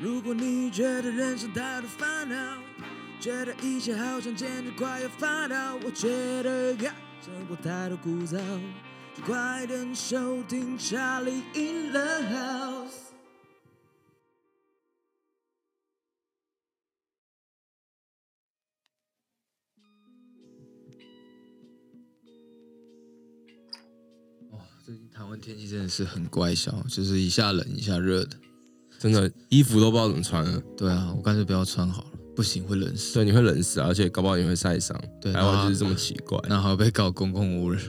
如果你觉得人生太多烦恼，觉得一切好像简直快要发抖，我觉得呀，生活太多枯燥，就快点收听《查理 in the house》。哇，最近台湾天气真的是很乖巧，就是一下冷一下热的。真的衣服都不知道怎么穿了。对啊，我干脆不要穿好了，不行会冷死。对，你会冷死啊，而且搞不好你会晒伤。对台然后湾就是这么奇怪，然后被告公共污染、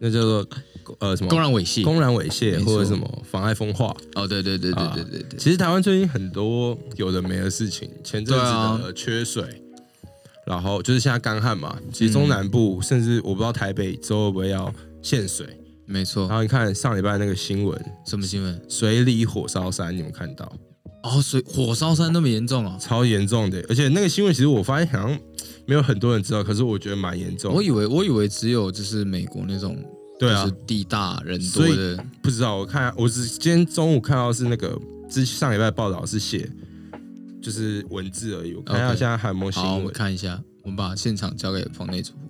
那叫做呃什么公然猥亵。公然猥亵没错或者什么妨碍风化。啊哦，对对对对对对对，其实台湾最近很多有的没的事情，前阵对子啊的缺水，然后就是现在干旱嘛，其实中南部、嗯甚至我不知道台北之后会不会要限水。没错然。后你看上礼拜那个新闻，什么新闻？水里火烧山，你们看到哦，水火烧山那么严重哦？超严重的，而且那个新闻其实我发现好像没有很多人知道，可是我觉得蛮严重的。我以为我以为只有就是美国那种，对啊就是地大人多所以的，不知道，我看我只今天中午看到是那个之上礼拜报道是写就是文字而已，我看一下 OK 现在还有没有新好，我闻们看一下，我们把现场交给棚内主播，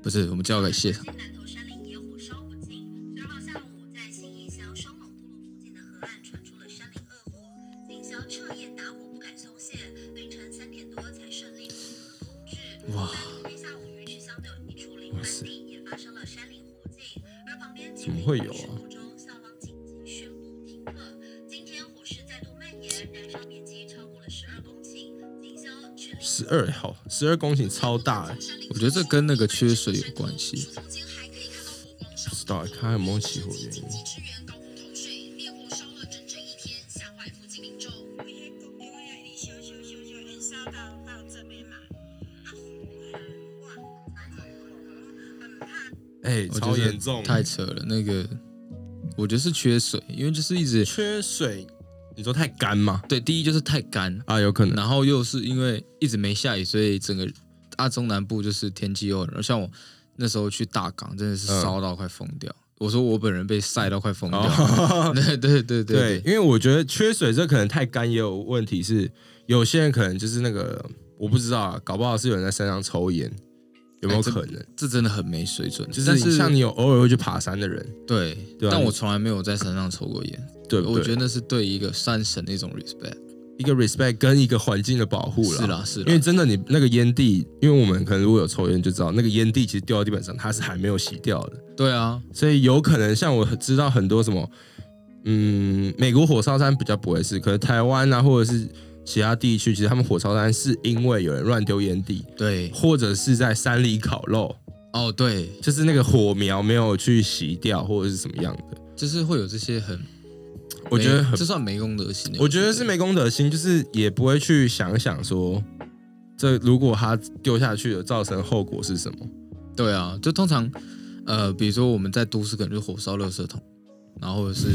不是，我们交给现场。南头山林野火烧不尽。十二号下午，在信义乡双猛部落附近的河岸传出了山林恶火，警消彻夜打火不敢松懈，凌晨三点多才顺利如何控制。哇在同天下午，鱼池乡的一处林哇班塞地也发生了山林火警，而旁边怎么会有啊事故中，消防紧急宣布停课。今天火势再度蔓延，燃烧面积超过了十二公顷，警消全力十二号十二公顷超大、欸，我觉得这跟那个缺水有关系。不知道、欸、看还有没有起火原因。啊哎、我超觉得严重，太扯了。那个，我觉得是缺水，因为就是一直缺水，你说太干吗？对，第一就是太干，啊，有可能。然后又是因为一直没下雨，所以整个啊中南部就是天气又很热。像我那时候去大港，真的是嗯烧到快疯掉。我说我本人被晒到快疯掉。哦 对对对对，对因为我觉得缺水这可能太干也有问题是，有些人可能就是那个我不知道啊，搞不好是有人在山上抽烟，有没有哎这可能？这真的很没水准。就但是是像你有偶尔会去爬山的人，对，对啊但你我从来没有在山上抽过烟。对不对？我觉得那是对一个山神的一种 respect。一个 respect 跟一个环境的保护了。是啦是啦因为真的你那个烟蒂，因为我们可能如果有抽烟就知道，那个烟蒂其实掉到地板上，它是还没有洗掉的，对啊，所以有可能像我知道很多什么，嗯，美国火烧山比较不会是，可能台湾啊或者是其他地区，其实他们火烧山是因为有人乱丢烟蒂，对，或者是在山里烤肉，哦对，就是那个火苗没有去洗掉或者是什么样的，就是会有这些很，我觉得没很这算没公德心的。我觉得是没公德心，就是也不会去想想说，这如果他丢下去了，造成后果是什么？对啊，就通常，呃，比如说我们在都市可能就火烧垃圾桶，然后或者是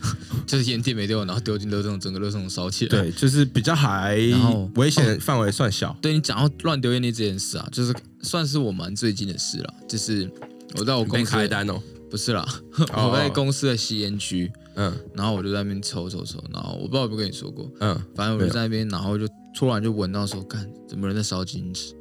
就是烟蒂没丢，然后丢进垃圾桶，整个垃圾桶烧起来。对，就是比较还啊然后哦危险范围算小。对你讲到乱丢烟蒂这件事啊，就是算是我蛮最近的事了，就是我在我公被司开单哦，不是 啦，哦我在公司的吸烟区，嗯然后我就在那边抽抽抽，然后我不知道有没有跟你说过，嗯，反正我没就有在那边，然后就突然就闻到说，干，怎么有人在烧金纸？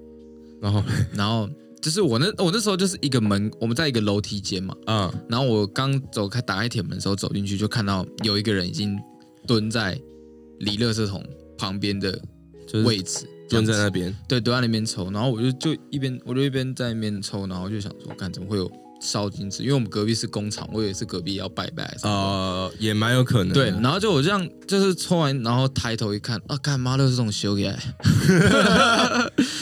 然后然后就是我那我那时候就是一个门，我们在一个楼梯间嘛，嗯，然后我刚走开打开铁门的时候走进去，就看到有一个人已经蹲在离垃圾桶旁边的就是位置，这样蹲子在那边，对蹲在那边抽，然后我就就一边我就一边在那边抽，然后就想说，干怎么会有烧金纸？因为我们隔壁是工厂，我以为是隔壁要拜拜什么的。呃，也蛮有可能。对，，然后就我这样，就是抽完，然后抬头一看，啊，干妈垃圾桶修 起来，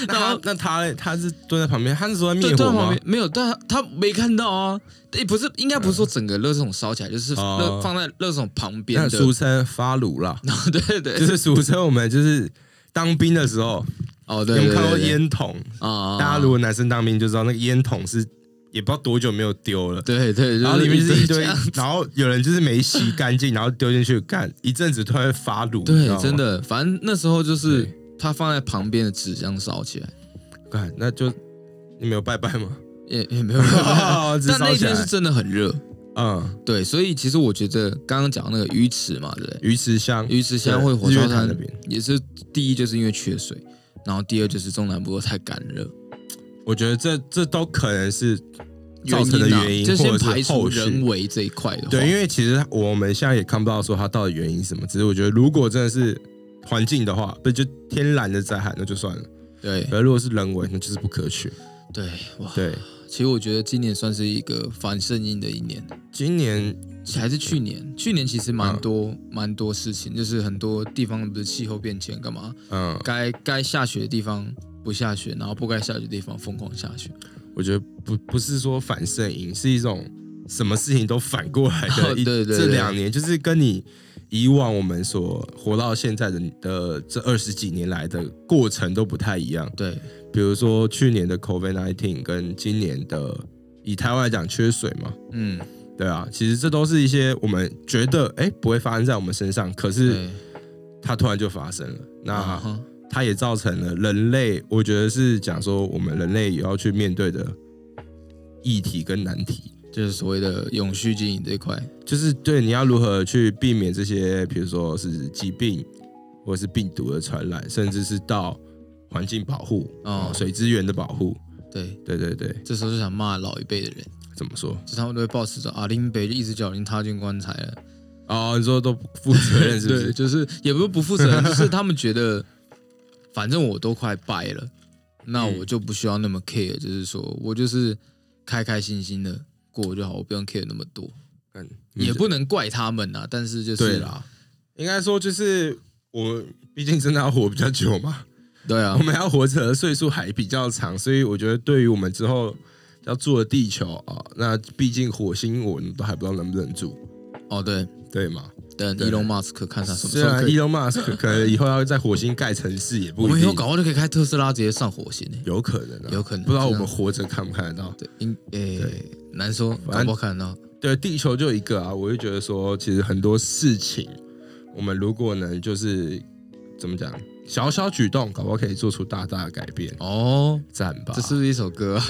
那他那他嘞他是蹲在旁边，他是说在对，灭蹲火在旁吗边？没有，但他他没看到啊，也不是，应该不是说整个垃圾桶烧起来，就是哦垃放在垃圾桶旁边那的，俗称发 炉啦，然后 对对对，就是俗称我们就是当兵的时候，哦，有对，没有看过对对烟筒？啊？大家如果男生当兵就知道，那个烟筒是也不知道多久没有丢了。对对，然后里面就是一堆这样，然后有人就是没洗干净，然后丢进去干一阵子，突然会发卤。你知道对，吗真的，反正那时候就是他放在旁边的纸箱烧起来， 干，那就你没有拜拜吗？也也没有，没有 只但那烧一起来天是真的很热，嗯，对，所以其实我觉得刚刚讲那个鱼池嘛，对不对？鱼池乡，鱼池乡会火日烧月潭那山边，也是第一就是因为缺水，然后第二就是中南部太干热，我觉得这这都可能是造成的啊原因，就或先者排是除后续人。为这一块的话，对，因为其实我们现在也看不到说它到底原因是什么，只是我觉得如果真的是环境的话，不是就天然的灾害那就算了，对而如果是人为那就是不可取。对哇，对，其实我觉得今年算是一个反圣音的一年，今年还是去年，去年其实蛮嗯多蛮多事情，就是很多地方不是气候变迁干嘛，嗯，该该下雪的地方不下雪，然后不该下雪的地方疯狂下雪，我觉得不不是说反圣音，是一种什么事情都反过来 的。一对对对这两年就是跟你以往我们所活到现在的的这二十几年来的过程都不太一样。对比如说去年的 COVID 1 9跟今年的以台湾来讲缺水嘛，嗯对啊，其实这都是一些我们觉得哎、诶不会发生在我们身上，可是对它突然就发生了。啊那哈它也造成了人类，我觉得是讲说我们人类也要去面对的议题跟难题，就是所谓的永续经营这一块，就是对你要如何去避免这些，比如说是疾病或是病毒的传染，甚至是到环境保护、哦哦、水资源的保护。对，对对对，这时候就想骂老一辈的人，怎么说？就他们都会抱持着啊林北就一只脚已经踏进棺材了，哦，你说都不 负责任是不对，是？就是也不是不负责任，就是他们觉 得反正我都快败了，那嗯我就不需要那么 care，就是说我就是开开心心的过就好，我不用 care 那么多，嗯也不能怪他们啊，但是就是对啦，应该说就是我，毕竟真的要活比较久嘛，对啊我，们要活着的岁数还比较长，所以我觉得对于我们之后要住的地球啊、那毕竟火星我们都还不知道能不能住，哦对，对吗？等对 Elon Musk 看啊他什么虽时候然可以， Elon Musk 可能以后要在火星盖城市也我不们一以后定，搞不好就可以开特斯拉直接上火星呢、有可能、啊，有可能不知道我这们样活着看不看得到。对，应诶、对难说，反搞正不好看得到。对，地球就一个啊，我就觉得说，其实很多事情，我们如果能就是怎么讲，小小举动，搞不好可以做出大大的改变，哦，赞吧？这是不是一首歌啊？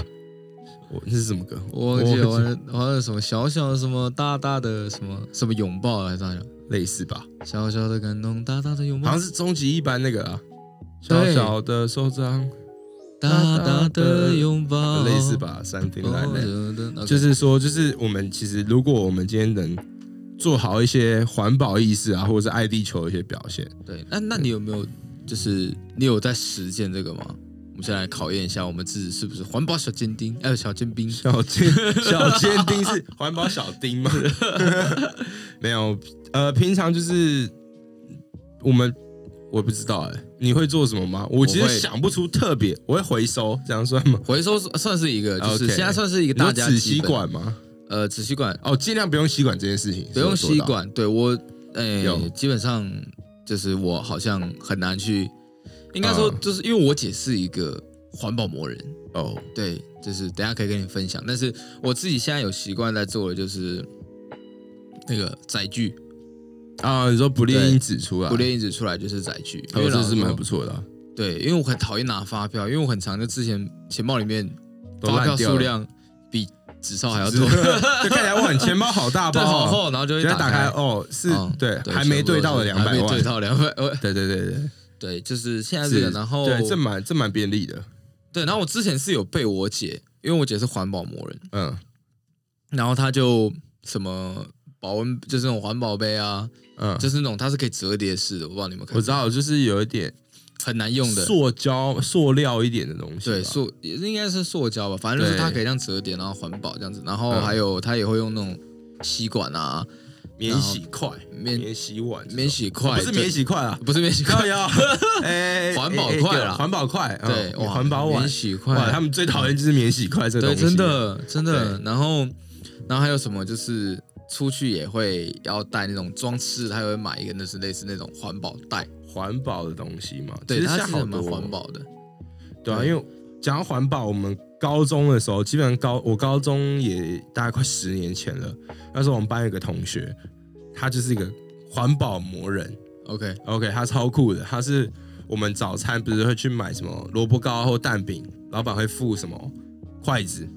我那是什么歌？我忘记了，好像好像什么小小的什么大大的什么什么拥抱啊来着？类似吧，小小的感动，大大的拥好抱像，是终极一班那个啊，小对小的手掌，大大的拥抱，哦类似？吧，something like that。就就是说，就是我们其实如果我们今天能做好一些环保意识啊，或者是爱地球的一些表现，对。那那你有没有就是你有在实践这个吗？我们先来考验一下我们自己是不是环保小尖丁，哎，小尖兵。小尖小尖丁是环保小丁 吗？没有，呃，平常就是我们我不知道哎、你会做什么吗？我其我实会想不出特别，我会回收，这样算吗？回收算是一个，就是 OK 现在算是一个你大有家纸基吸本，管吗？呃，纸吸管哦，尽量不用吸管这件事情，不用是我做吸到，管，对我，哎、有基本上就是我好像很难去，呃应该说嗯就是因为我姐是一个环保魔人，哦，对，就是等一下可以跟你分享，但是我自己现在有习惯在做的就是那个载具，啊，你说不列因指出来，不列印纸出来就是载具，因哦，为这老是实蛮说不错的啊，对，因为我很讨厌拿发票，因为我很常在之前钱包里面都发烂票掉数了量比纸钞还要就多，看起来我很钱包好 大对，包，好厚，然后就会就会打开开。哦，是嗯对，还没全部对都到的是两还百没万，对到两百万，对对对对。对，就是现在是这个，然后对，这蛮这蛮便利的，对，然后我之前是有被我姐，因为我姐是环保魔人，嗯然后她就什么保温，就是那种环保杯啊，嗯，就是那种它是可以折叠式的，我不知道你们看，我知道，就是有一点很难用的，塑胶、塑料一点的东西吧，对，塑也应该是塑胶吧，反正就是对它可以这样折叠，然后环保这样子，然后嗯还有它也会用那种吸管啊、免洗块、免免洗碗、免洗筷，哦不是免洗块啊，对，不是免洗靠筷，腰，哎，环保哎哎筷对啦环保块，嗯对，哇环保碗免，洗筷，哇，他们最讨厌就是免洗块这个对，东西，真，的真的。然后，然后还有什么？就是出去也会要带那种装吃的，他也会买一个，那是类似那种环保袋。环保的东西嘛，对，其实它现在是好蛮多哦环，保的。对啊，对因为讲到环保，我们高中的时候，基本上高我高中也大概快十年前了，那时候我们班有个同学，他就是一个环保魔人。 OK， OK，它超酷的，它是我们早餐不是会去买什么萝卜糕或蛋饼，老板会附什么筷子，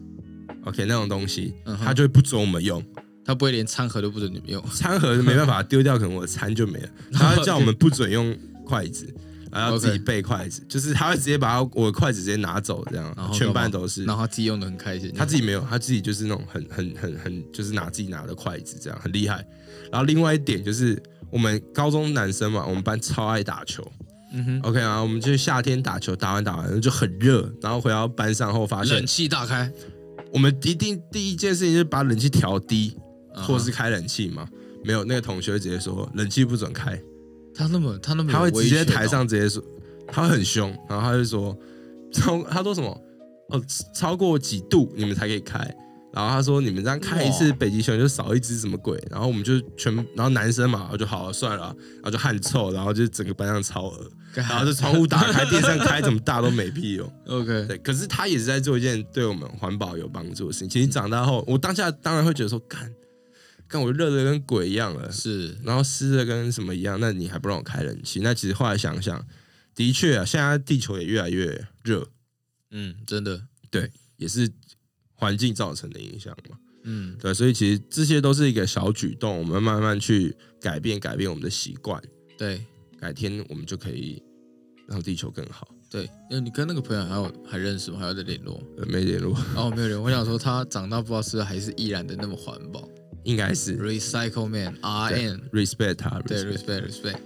OK 那种东西，嗯哼他就会不准我们用。他不会连餐盒都不准你们用。餐盒没办法丢掉，可能我的餐就 没了。哦他会叫我们不准用筷子，然后自己 OK 备筷子，就是他会直接把我的筷子直接拿走，这样然后全干班嘛都是。然后他自己用的很开心。他自己没有，他自己就是那种很很很很，就是拿自己拿的筷子这样，很厉害。然后另外一点就是，我们高中男生嘛，我们班超爱打球。嗯哼， OK 啊，我们就夏天打球，打完打完就很热，然后回到班上后发现冷，气大开，我们一定第一件事情就是把冷气调低，啊或是开冷气嘛。没有，那个同学会直接说冷气不准开，他那么他那么有他会直接威胁到台上直接说，他会很凶，然后他就说超他说什么哦，超过几度你们才可以开。然后他说：“你们这样开一次哇北极熊就少一只什么鬼？”然后我们就全，然后男生嘛，然后就好算了啊，然后就汗臭，然后就整个班上超恶，干然后就窗户打开，电扇开怎么大都没屁用。 OK，对，可是他也是在做一件对我们环保有帮助的嗯事情。其实长大后，我当下当然会觉得说，干，干我热的跟鬼一样了，是然后湿的跟什么一样，那你还不让我开冷气？那其实后来想想，的确啊，现在地球也越来越热，嗯，真的对，也是环境造成的影响嘛。嗯对，所以其实这些都是一个小举动，我们慢慢去改变，改变我们的习惯，对改天我们就可以让地球更好。对。那你跟那个朋友还有还认识吗？还有在联络吗？呃，没联络，哦，没有联络。我想说他长大不知道是不是还是依然的那么环保应该是，recycle man R 对 N。 respect 他，对，respect respect respect，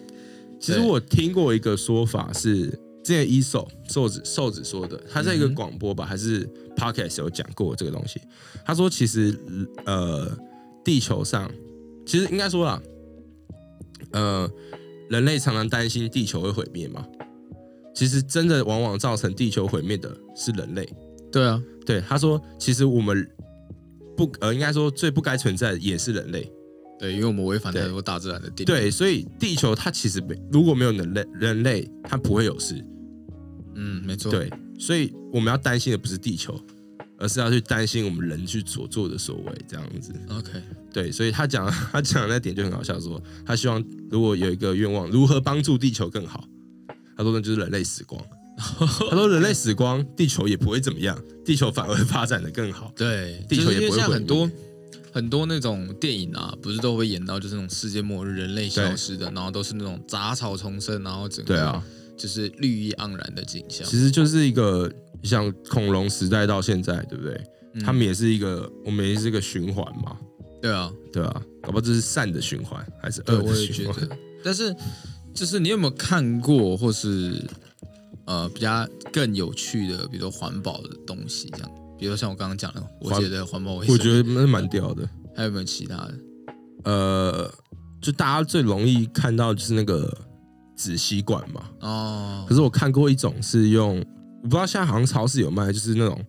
其实对我听过一个说法是，之前一手瘦子瘦子说的，他在一个嗯哼广播吧、还是 podcast 有讲过这个东西。他说，其实呃，地球上其实应该说啦，呃，人类常常担心地球会毁灭嘛。其实真的往往造成地球毁灭的是人类。对啊，对，他说，其实我们不呃，应该说最不该存在的也是人类。对，因为我们违反对太多大自然的定律。，对，所以地球它其实没如果没有人类，人类它不会有事。嗯，没错，，对，所以我们要担心的不是地球，而是要去担心我们人去所做的所为这样子。 OK，对，所以他讲 他讲的那点就很好笑说他希望如果有一个愿望，如何帮助地球更好，他说那就是人类 死光。他说人类死光，地球也不会怎么样，地球反而会发展的更好。对，地球就是也因为不会现在毁很多很多那种电影啊，不是都会演到就是那种世界末日、人类消失的，然后都是那种杂草丛生，然后整对啊个，就是绿意盎然的景象。其实就是一个像恐龙时代到现在，对不对？嗯他们也是一个，我们也是一个循环嘛，对啊，对啊，搞不好这是善的循环还是对，恶我的也觉循环？得。但是，就是你有没有看过，或是呃比较更有趣的，比如说环保的东西，这样，比如说像我刚刚讲的，我环觉得环保卫生，我觉得那蛮屌的。还有没有其他的？呃，就大家最容易看到就是那个纸吸管嘛。哦可，是我看过一种是用，我不知道现在好像超市有卖，就是那种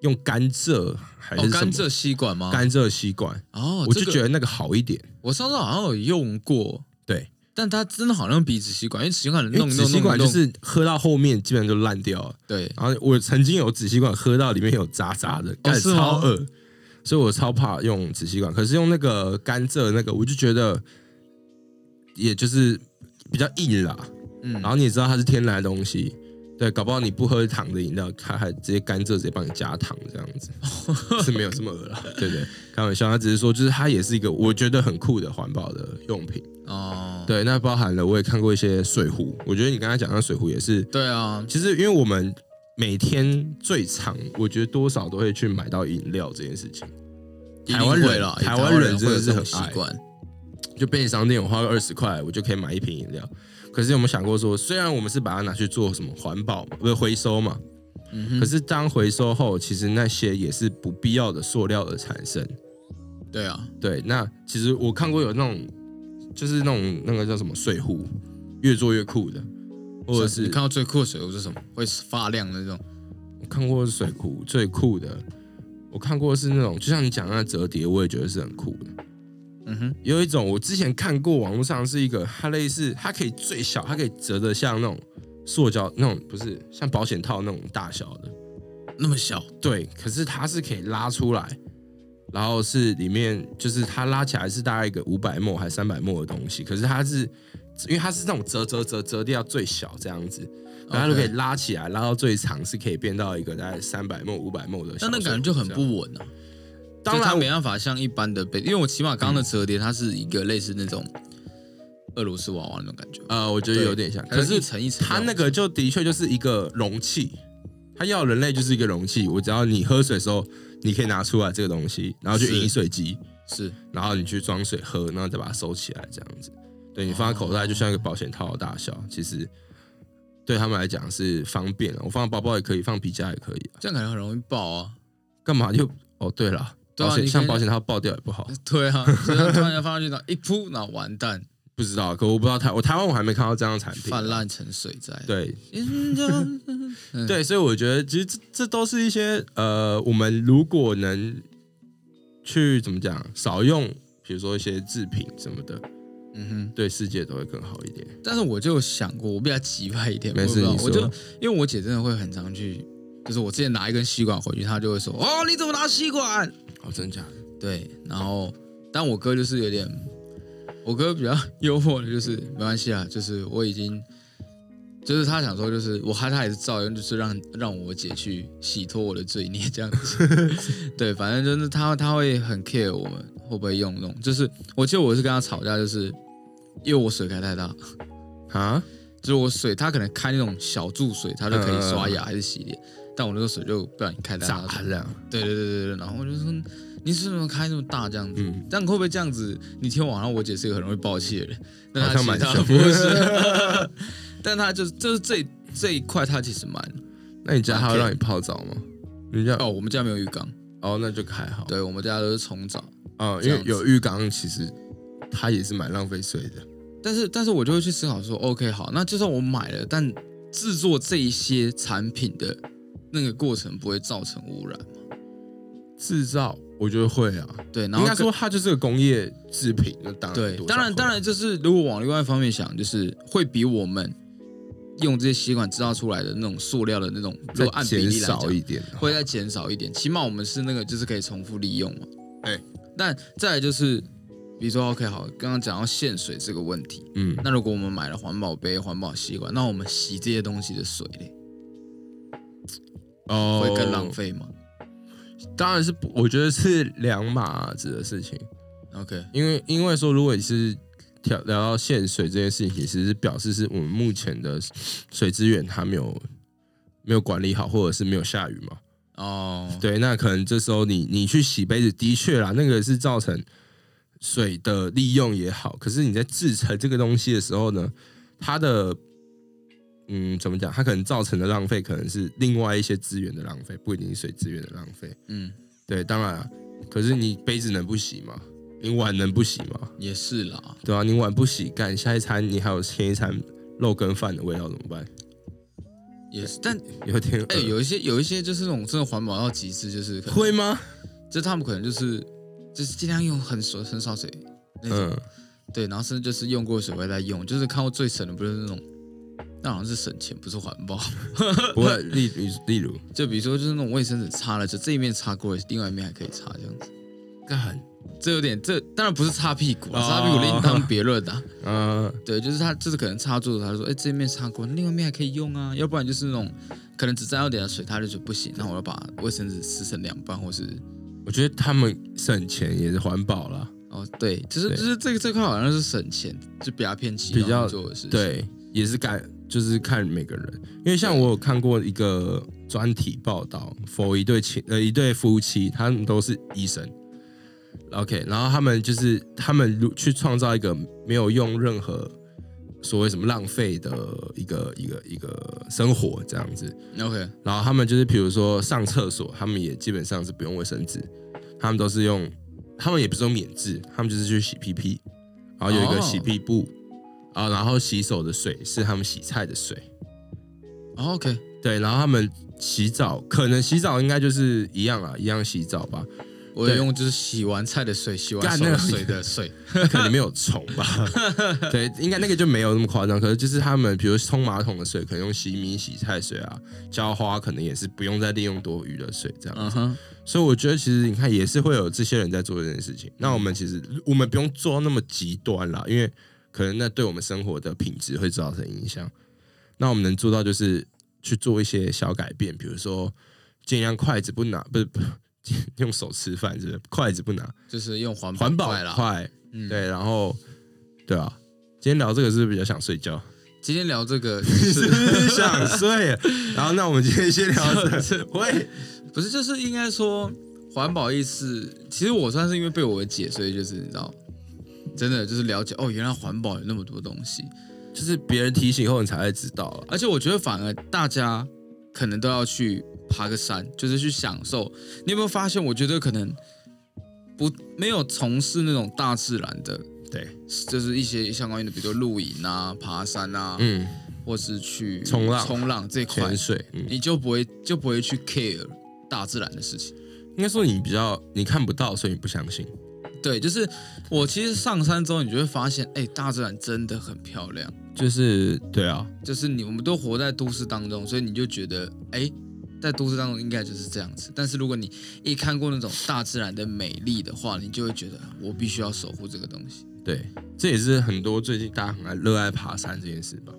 用甘蔗还哦是，什甘么、蔗吸管吗？甘蔗吸管，哦，我就这个觉得那个好一点。我上次好像有用过，对，但它真的好像比纸吸管，因为纸吸管因弄为一纸弄吸管就弄一弄是喝到后面基本上就烂掉了。对然后我曾经有纸吸管喝到里面有渣渣的，感哦是觉吗超恶，所以我超怕用纸吸管。可是用那个甘蔗那个，我就觉得也就是比较硬啦。嗯然后你也知道它是天然的东西，对，搞不好你不喝糖的饮料，它还直接甘蔗直接帮你加糖这样子，是没有这么恶啦。对 对，开玩笑，他只是说就是它也是一个我觉得很酷的环保的用品。 啊哦，对，那包含了我也看过一些水壶，我觉得你刚才讲到水壶也是对啊，其实因为我们每天最长，我觉得多少都会去买到饮料这件事情。台湾人了，台台湾人真会有的是这种很习惯，就便利商店，我花个二十块，我就可以买一瓶饮料。可是有没有想过说，虽然我们是把它拿去做什么环保嘛，不是回收嘛？嗯哼可是当回收后，其实那些也是不必要的塑料而产生。对啊，对，那其实我看过有那种，就是那种那个叫什么水壶，越做越酷的，或者像是你看到最酷的水壶是什么？会发亮的那种，我看过水壶最酷的，我看过是那种，就像你讲的那折叠，我也觉得是很酷的。嗯哼，有一种我之前看过网络上是一个，它类似它可以最小，它可以折的像那种塑胶那种不是像保险套那种大小的，那么小，对，可是它是可以拉出来，然后是里面就是它拉起来是大概一个五百沫还三百沫的东西，可是它是因为它是那种折折折折掉最小这样子，然后它就可以拉起来，拉到最长是可以变到一个大概三百沫五百沫的小但水壶这样，那感觉就很不稳啊。当就它然嗯没办法像一般的被，因为我起码刚刚的折叠，它是一个类似那种俄罗斯娃娃那种感觉，呃，我觉得有点像，可可是是一层一层这它样，那个就的确就是一个容器，它要人类就是一个容器。我只要你喝水的时候，你可以拿出来这个东西，然后去是饮水机，是然后你去装水喝，然后再把它收起来，这样子。对你放在口袋就像一个保险套的大小，其实对他们来讲是方便啊了。我放包包也可以，放皮夹也可以啊。这样感觉很容易爆啊。干嘛就哦？对了，对啊保险你可以像保险套爆掉也不好， 对啊，所以突然间放上去，然后一扑，那完蛋，不知道。可我不知道台我台湾我还没看到这样的产品啊。泛滥成水灾。对，嗯，对，所以我觉得其实这这都是一些呃，我们如果能去怎么讲，少用，比如说一些制品什么的，嗯对世界都会更好一点。哼，但是我就有想过，我比较急派一点，没我不事知道，你说我就因为我姐真的会很常去，就是我之前拿一根吸管回去，她就会说：“哦，你怎么拿吸管哦，真假的？？”对，然后但我哥就是有点，我哥比较 幽默的，就是没关系啊，就是我已经。就是他想说，就是我害他也是照样，就是让让我姐去洗脱我的罪孽这样子。 对，反正就是他他会很 care 我们会不会用那种。就是我记得我是跟他吵架，就是因为我水开太大，啊？就是我水，它可能开那种小注水，它就可以刷牙还是洗脸，但我那个水就不小心开太大咋了。了？对啊对对对对，然后我就说你是怎么开那么大这样子？嗯但会不会这样子？你听我好像我姐是一个很容易爆气的人，但好她像其蛮他像不是， 但她就是就是这这一块她其实蛮那你家还会让你泡澡吗？你家哦，我们家没有浴缸，哦，那就还好。对我们家都是冲澡，哦，这因样为子有浴缸，其实它也是蛮浪费水的。但是但是我就会去思考说，OK 好，那就算我买了，但制作这一些产品的那个过程不会造成污染，制造我觉得会啊，对，然后应该更说它就是个工业制品，那当然对，多少当然，会当然，就是如果往另外一方面想，就是会比我们用这些吸管制造出来的那种塑料的那种，如再果按比减例来少一讲，点啊，会再减少一点。起码我们是那个，就是可以重复利用嘛。对，但再来就是，比如说 OK 好，刚刚讲到限水这个问题，嗯，那如果我们买了环保杯、环保吸管，那我们洗这些东西的水嘞，哦会更浪费吗当然是不，我觉得是两码子的事情， ？OK，因为因为说，如果你是调聊到限水这件事情，其实是表示是我们目前的水资源它没有没有管理好，或者是没有下雨嘛。哦，对，那可能这时候你你去洗杯子，的确啦，那个是造成水的利用也好，可是你在制成这个东西的时候呢，它的嗯怎么讲，它可能造成的浪费可能是另外一些资源的浪费，不一定是水资源的浪费。嗯，对，当然、啊，可是你杯子能不洗吗？你碗能不洗吗？也是啦，对啊，你碗不洗，干下一餐你还有前一餐肉跟饭的味道怎么办？也是，但有点哎、恶有一些有一些就是那种真的环保到极致，就是可能会吗？就他们可能就是就是尽量用很少很少水那种，嗯，对，然后甚至就是用过的水回来再用，就是看过最省的不是那种，那好像是省钱，不是环保。不会，例例例如，就比如说就是那种卫生纸擦了，就这一面擦过了，另外一面还可以擦这样子。干，这有点，这当然不是擦屁股啊，哦擦屁股另当别论的、啊。呃，对，就是他，就是可能擦桌子，他就说，哎，这一面擦过，另外一面还可以用啊。要不然就是那种，可能只沾到点的水，他就觉得不行，那我要把卫生纸撕成两半，或是我觉得他们省钱也是环保啦，哦，对，就是对就是这个这块好像是省钱，就比较偏激，比较做的事情。对，也是干，就是看每个人，因为像我有看过一个专题报道，for 一对情呃一对夫妻，他们都是医生，OK，然后他们就是他们如去创造一个没有用任何所谓什么浪费的一个一个一个生活这样子， OK，然后他们就是比如说上厕所，他们也基本上是不用卫生纸，他们都是用，他们也不是用免治，他们就是去洗屁屁，然后有一哦个洗屁布，啊，然后洗手的水是他们洗菜的水，哦，OK，对，然后他们洗澡，可能洗澡应该就是一样啊，一样洗澡吧，我有用就是洗完菜的水，洗完干手的那个水的 水。可能里面有虫吧，对，应该那个就没有那么夸张，可是就是他们比如冲马桶的水，可能用洗米、洗菜水啊，浇花可能也是不用再利用多余的水这样子嗯哼，所以我觉得其实你看也是会有这些人在做这件事情。那我们其实我们不用做到那么极端啦，因为可能那对我们生活的品质会造成影响。那我们能做到就是去做一些小改变，比如说尽量筷子不拿，不是不 用手吃饭，是不是？筷子不拿，就是用环环保筷啦。筷，嗯，对，然后对啊，今天聊这个是不是比较想睡觉？ 今天聊这个是想睡。然后那我们今天先聊 到这，喂，不是就是应该说环保意识？其实我算是因为被我姐，所以就是你知道，真的就是了解哦，原来环保有那么多东西。 就是别人提醒后你才会知道了。而且我觉得反而大家可能都要去爬个山，就是去享受。你有没有发现？我觉得可能不没有从事那种大自然的，对，就是一些相关的，比如说露营啊、爬山啊，嗯，或是去冲浪冲浪这块潜，水，嗯，你就不会就不会去 care 大自然的事情。应该说你比较你看不到，所以你不相信。对，就是我其实上山之后，你就会发现，哎、大自然真的很漂亮。就是对啊，就是你我们都活在都市当中，所以你就觉得，哎，在都市当中应该就是这样子。但是如果你一看过那种大自然的美丽的话，你就会觉得我必须要守护这个东西。对，这也是很多最近大家很爱热爱爬山这件事吧。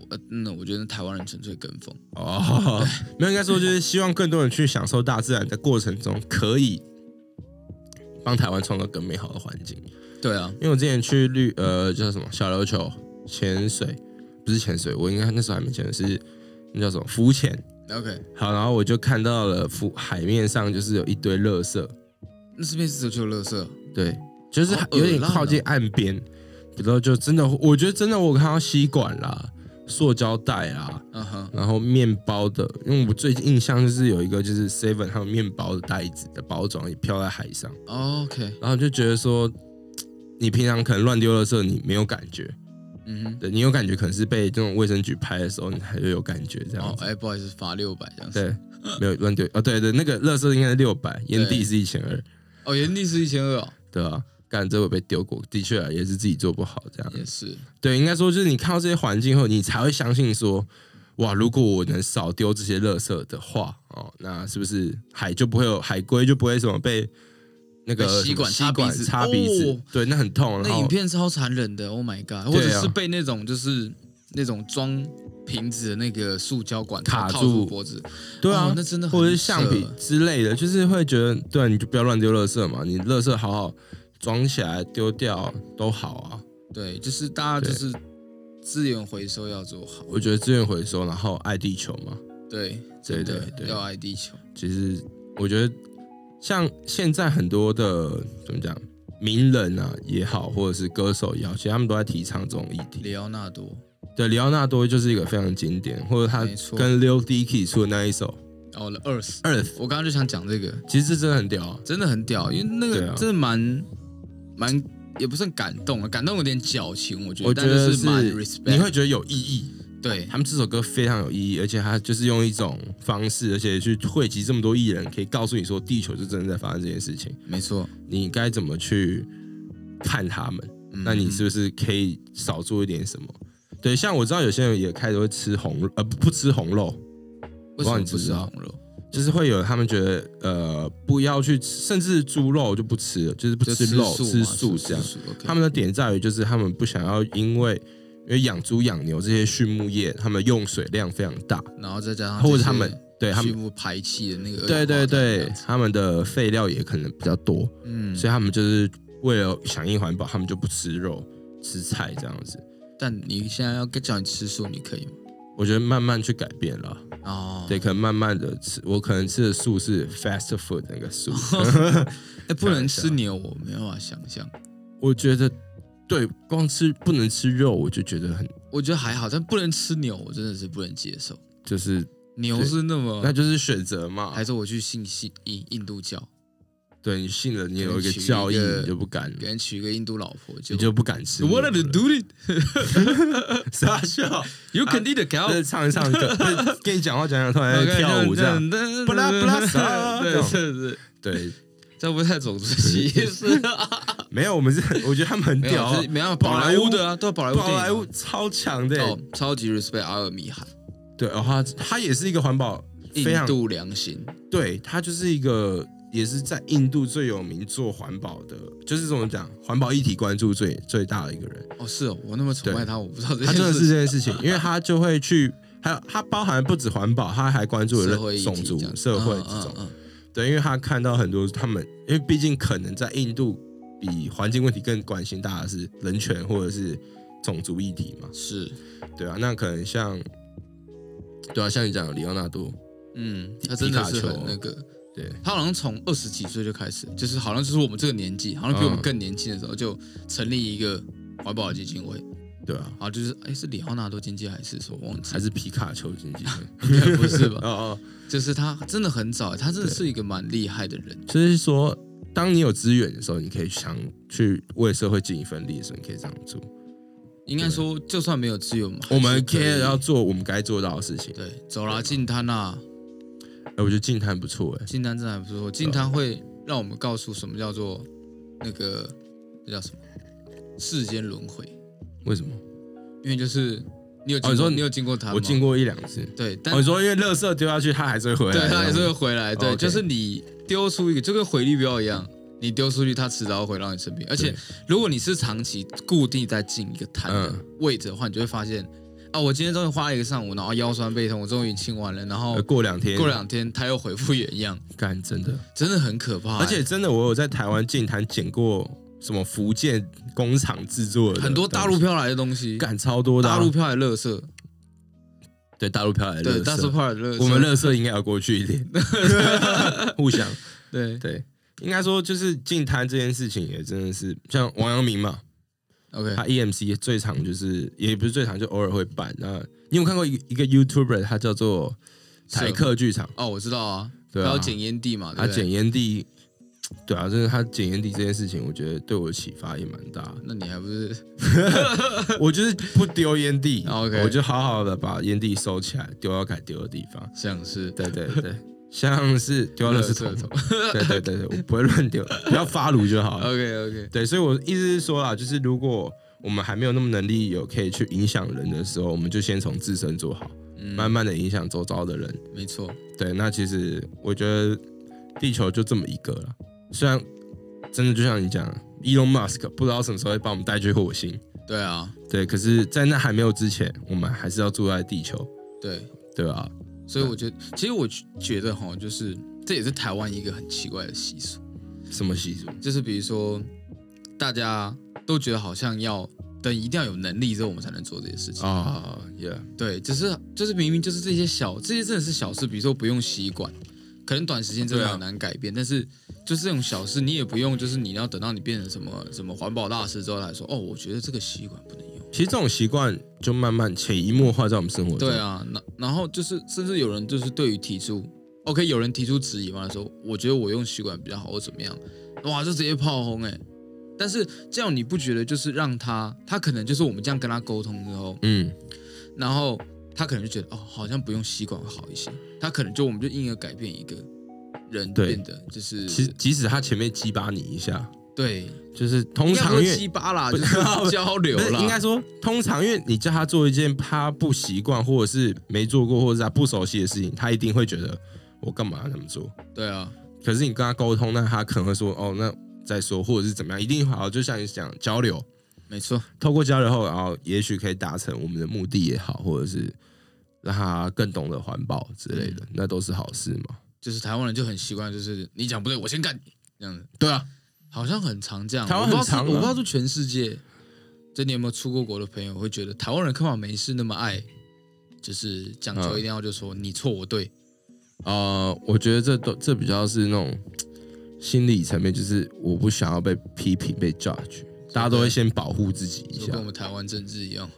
我呃，那我觉得台湾人纯粹跟风，哦， 没有，应该说就是希望更多人去享受大自然的过程中，可以帮台湾创造更美好的环境。对啊，因为我之前去绿呃叫什么小琉球潜水，不是潜水，我应该那时候还没潜水，是那叫什么浮潜。 OK，好，然后我就看到了浮海面上就是有一堆垃圾，那这边是只有垃圾，对，就是好恶有点烂哦靠近岸边，然后就真的，我觉得真的我有看到吸管啦、塑胶袋啦，嗯哼，然后面包的，因为我最近印象就是有一个就是 Seven 还有面包的袋子的包装也飘在海上， OK，然后就觉得说，你平常可能乱丢垃圾你没有感觉，嗯哼，对你有感觉可能是被这种卫生局拍的时候你才会有感觉这样哦，子，哎，不好意思，罚六百这样子。对，没有乱丢哦，对对，那个垃圾应该是六百，烟蒂对是一千二，哦，原地是一千二哦，对吧、干这我被丢过，的确、啊、也是自己做不好这样，也是，对，应该说就是你看到这些环境后，你才会相信说，哇，如果我能少丢这些垃圾的话，哦，那是不是海就不会有海龟就不会什么被那个被吸什么管吸插管鼻子插鼻子哦对，那很啊痛。然那后影片超残忍的，Oh my god，或者是被那种就是那种装瓶子的那个塑胶管卡套住脖子，对啊，哦那真的很或者是橡皮扯欸之类的，就是会觉得，对、啊，你就不要乱丢垃圾嘛，你垃圾好好装起来丢掉都好啊。对，就是大家对就是资源回收要做好，我觉得资源回收，然后爱地球嘛，对，对真的对对要爱地球，其实我觉得，像现在很多的怎么讲，名人啊也好，或者是歌手也好，其实他们都在提倡这种议题。里奥纳多，对，里奥纳多就是一个非常经典，或者他没错跟 Lil Dicky 出的那一首然后 Earth， 《Earth 我刚刚就想讲这个，》，其实这真的很屌啊。真的很屌，因为那对个啊真的蛮蛮也不算感动啊，感动有点矫情，我觉得，我觉得但就是是蛮你会 respect，觉得有意义。对他们这首歌非常有意义，而且他就是用一种方式，而且去汇集这么多艺人，可以告诉你说，地球是真的在发生这件事情。没错，你该怎么去看他们？那嗯你是不是可以少做一点什么？对，像我知道有些人也开始会吃红，呃，不不吃红肉，为什我么不知不是道红肉？就是会有他们觉得，呃，不要去吃，甚至猪肉就不吃了，就是不就吃肉，素吃嘛素这样。吃素，OK 他们的点在于，就是他们不想要因为因为养猪养牛这些畜牧业，他们用水量非常大，然后再加上或这者他些们对他畜们牧排气的那个，对对对，，他们的废料也可能比较多，嗯，所以他们就是为了响应环保，他们就不吃肉，吃菜这样子。但你现在要叫你吃素，你可以吗？我觉得慢慢去改变了，哦，对，可能慢慢的吃，我可能吃的素是 fast food 那个素， 哎，不开能玩笑吃牛，我没办法想象。我觉得对，光吃不能吃肉，我就觉得很我觉得还好，但不能吃牛，我真的是不能接受。就是，牛是那么，那就是选择嘛呃还。是我去信信印印度教，对你信了，你有可一个能取一教义，个你就不敢，给人娶一个印度老婆就嗯你就不敢吃 You 牛了。 wanted to do it, 傻笑， you can eat a 就是 cow。唱一唱歌，就是跟你讲话讲讲，突然呃在跳舞这 样。不布拉布拉 撒对，是是，对， 这不太种族歧视啊？没有，我们是，我觉得他们很没有屌就啊是，没有宝莱坞的啊，对啊，宝莱坞电宝影莱啊坞超强的哦欸，，超级 respect 阿尔米罕，对，然后他他也是一个环保印非常度良心，对，他就是一个也是在印度最有名做环保的，就是怎么讲，环保议题关注最最大的一个人。哦，是哦，我那么崇拜他，我不知道这他真件的事是这件事情，因为他就会去，还有他包含不止环保，他还关注社了会议种题族这样、社会嗯这种。嗯嗯对，因为他看到很多他们，因为毕竟可能在印度比环境问题更关心大家的是人权或者是种族议题嘛，是，对啊，那可能像，对啊，像你讲的里奥纳多，嗯，他真的是皮卡很丘那个，对他好像从二十几岁就开始，就是好像就是我们这个年纪，好像比我们嗯更年轻的时候就成立一个环保基金会，对啊，好，就是哎是里奥纳多经济还是什么忘记还，是皮卡丘经 济学应该不是吧？ 哦哦，就是他真的很早，他真的是一个蛮厉害的人。就是说，当你有资源的时候，你可以想去为社会尽一份力的时候，你可以这样做。应该说，就算没有自由嘛，我还们是可 care 以要做我们该做到的事情。对走啦，进滩啦，哎，我觉得净滩不错哎，进滩真的还不错，进滩会让我们告诉什么叫做那个这叫什么世间轮回，为什么？因为就是你有经过、哦你说有经过它吗，我进过一两次。对，但、哦，你说因为垃圾丢下去，它还是会回来对的。它还是会回来，对， OK 就是你丢出一个就跟回力镖一样。你丢出去，它迟早会回到你身边。而且对，如果你是长期固定在进一个摊的嗯位置的话，你就会发现，啊，我今天终于花了一个上午，然后腰酸背痛，我终于清完了，然后呃过两天，哦过两天它又恢复原样，干真的。真的很可怕欸、而且真的，我有在台湾净滩捡过什么福建工厂制作的很多大陆东飘来的东西西，，干超多的啊大陆飘来的垃圾，对大陆漂来的对，垃大陆圾。飘来的垃圾，我们垃圾应该要过去 一点， 互相对对。应该说，就是净滩这件事情也真的是像王阳明嘛， ，OK，他 E EMC 最常就是也不是最常，就偶尔会办。那你有没有看过一个一个 YouTuber，他叫做台客剧场，哦，我知道啊，啊对啊他要捡烟蒂嘛，他对不对捡，烟蒂，对啊，就是他捡烟蒂这件事情，我觉得对我的启发也蛮大的。那你还不是我就是不丢烟 蒂 OK 我就好好的把烟蒂收起来，丢到该丢的地方。像是对对对，像是丢 到垃圾桶。桶对对对对，我不会乱丢，不要发炉就好了。 ？OK OK，对，所以我意思是说啦，就是如果我们还没有那么能力有可以去影响人的时候，我们就先从自身做好，慢慢的影响周遭的人。没错，对，那其实我觉得地球就这么一个了。虽然真的就像你讲，Elon Musk 不知道什么时候会把我们带去火星，对啊，对，可是，在那还没有之前，我们还是要住在地球，对，对吧？所以我觉得，其实我觉得哈，就是这也是台湾一个很奇怪的习俗，什么习俗？就是比如说大家都觉得好像要等一定要有能力之后，我们才能做这些事情。啊、y e a h 对，只是就是明明就是这些小，这些真的是小事，比如说不用吸管，可能短时间真的对啊很难改变，但是就是这种小事，你也不用就是你要等到你变成什么什么环保大师之后来说，哦，我觉得这个吸管不能用。其实这种习惯就慢慢潜移默化在我们生活中。对，啊，然然后就是甚至有人就是对于提出，OK，有人提出质疑嘛，说我觉得我用吸管比较好，或怎么样，哇，就直接炮轰哎、但是这样你不觉得就是让他，他可能就是我们这样跟他沟通之后，嗯，然后他可能就觉得哦，好像不用吸管会好一些，他可能就我们就因而改变一个人对变得就是其实即使他前面激巴你一下，对，就是通应该不常是因为鸡巴啦，不就是交流不是啦，应该说，通常因为你叫他做一件他不习惯，或者是没做过，或者是他不熟悉的事情，他一定会觉得我干嘛要那么做？对啊，可是你跟他沟通，那他可能会说哦，那再说，或者是怎么样，一定好，就像你讲交流，没错，透过交流后，然后也许可以达成我们的目的也好，或者是让他更懂得环保之类的，那都是好事嘛。就是台湾人就很习惯，就是你讲不对，我先干你这样子。对啊，好像很常这样，台湾我不知道很常是啊我不知道是全世界，就你有没有出过国的朋友会觉得台湾人看法没事那么爱，就是讲究嗯一定要就说你错我对，呃，我觉得这都这比较是那种心理层面，就是我不想要被批评、被 judge，大家都会先保护自己一就下跟我。们台湾政治一样，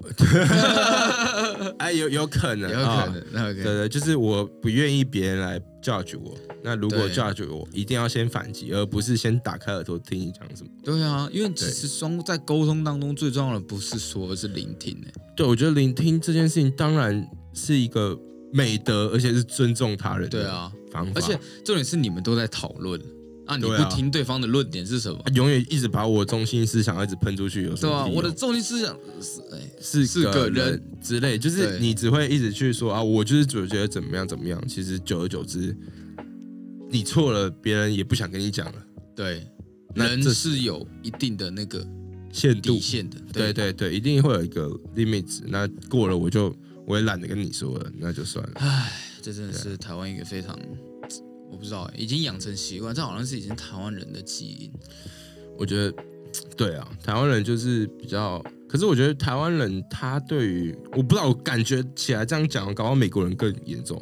哎，有有可能，也有可啊能。那对 OK，对，就是我不愿意别人来 judge 我。那如果对 judge 我，一定要先反击，而不是先打开耳朵听你讲什么。对啊，因为其实双在沟通当中最重要的不是说，而是聆听欸诶、对，我觉得聆听这件事情当然是一个美德，而且是尊重他人。对，啊，方法，而且重点是你们都在讨论，啊，你对啊不听对方的论点是什么？永远一直把我中心思想一直喷出去，有什对么哦啊，理由？我的中心思想是哎，是是个个人人嗯之类，就是对你只会一直去说啊，我就是主觉得怎么样怎么样。其实久而久之，你错了，别人也不想跟你讲了，对，那人这是有一定的那个限度底。线的，对对对，一定会有一个 limit 值。那过了，我啊就我也懒得跟你说了，那就算了。这真的是台湾一个非常，我不知道欸，已经养成习惯，这好像是已经台湾人的基因。我觉得，对啊，台湾人就是比较，可是我觉得台湾人他对于，我不知道，我感觉起来这样讲，搞到美国人更严重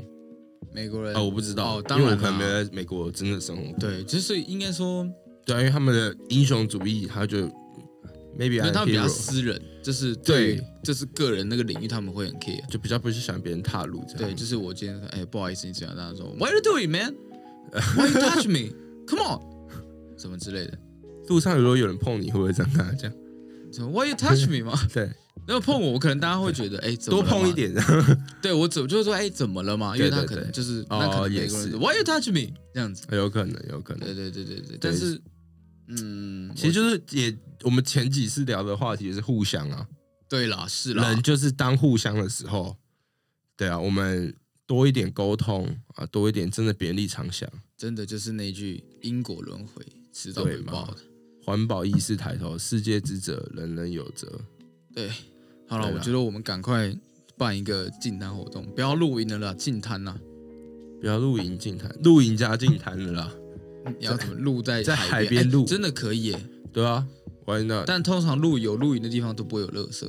美国人啊、我不知道，哦，当因为然我可能没啦有在美国真的生活过，对，就是应该说，对啊，因为他们的英雄主义，他就 maybe 因 I'm 为 a 他们比较 hero，私人，就是对于对，就是个人那个领域他们会很 care。就比较不是想别人踏入这样，对，就是我今天说，哎，不好意思，你怎样？他说，Why you doing, man? Why you touch me? Come on，什么之类的。路上如果有人碰你，会不会这样跟他讲？什么 Why you touch me 嘛？对，然后碰我，我可能大家会觉得，哎，怎么多了嘛碰一。点，对我怎就是说，哎，怎么了嘛？因为对他对可能对就是哦那可能美也国人是就 Why you touch me 这样子。 有可能，有可能对。对对对对，但是，嗯，其实我就是也，我们前几次聊的话题是互相啊，对啦，是啦，人就是当互相的时候，对啊，我们多一点沟通啊，多一点真的别人立场想，真的就是那句因果轮回，迟早会对嘛报的。环保意识抬头，世界之责，人人有责。对，好了，对我啦觉得我们赶快办一个净滩活动，不要露营了啦，净滩啦，不要露营净滩，露营加净滩了啦，你要怎么露嗯在在海边边露哎真的可以耶。对啊，Why not？但通常露有露营的地方都不会有垃圾，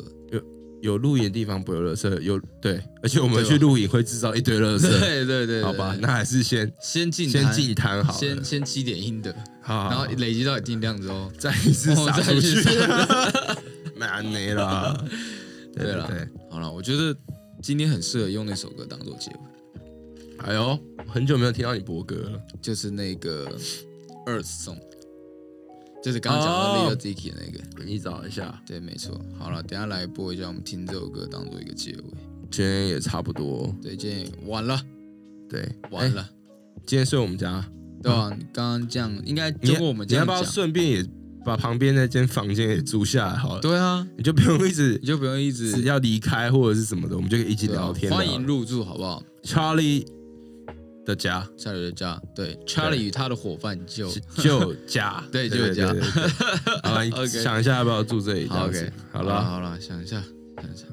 有露营的地方不会有垃圾，有对，而且我们对吧啊去露营会制造一堆 垃对圾，对对对，好吧？对那还是先先进先滩净滩好了，先先积点阴德，好好然后好累积到一定量之后，再一次哦 撒再出去 去撒，蛮 没啦。对对啦对，好了，我觉得今天很适合用那首歌当做结尾，哎呦，很久没有听到你播歌了。就是那个 Earth Song，就是刚刚讲到 Lil 哦 Dicky 的那个。你找一下，对，没错。好了，等一下来播一下，我们听这首歌当做一个结尾。今天也差不多。对，今天也晚了，对，晚哎了，今天睡我们家，对吧、你刚刚这样应该你经过我们你这要样不要讲，顺便也把旁边那间房间也租下来好了？对啊，你就不用一 直你就不用一直只要离开或者是什么的，我们就可以一起对啊聊天了。欢迎入住，好不好？ Charlie 的家，下里的家，对，Charlie 与他的伙伴就。就家，对就家对对对好，你 OK 想一下要不要住这里？这好样子，OK，好了，了，好了，想一下，想一下，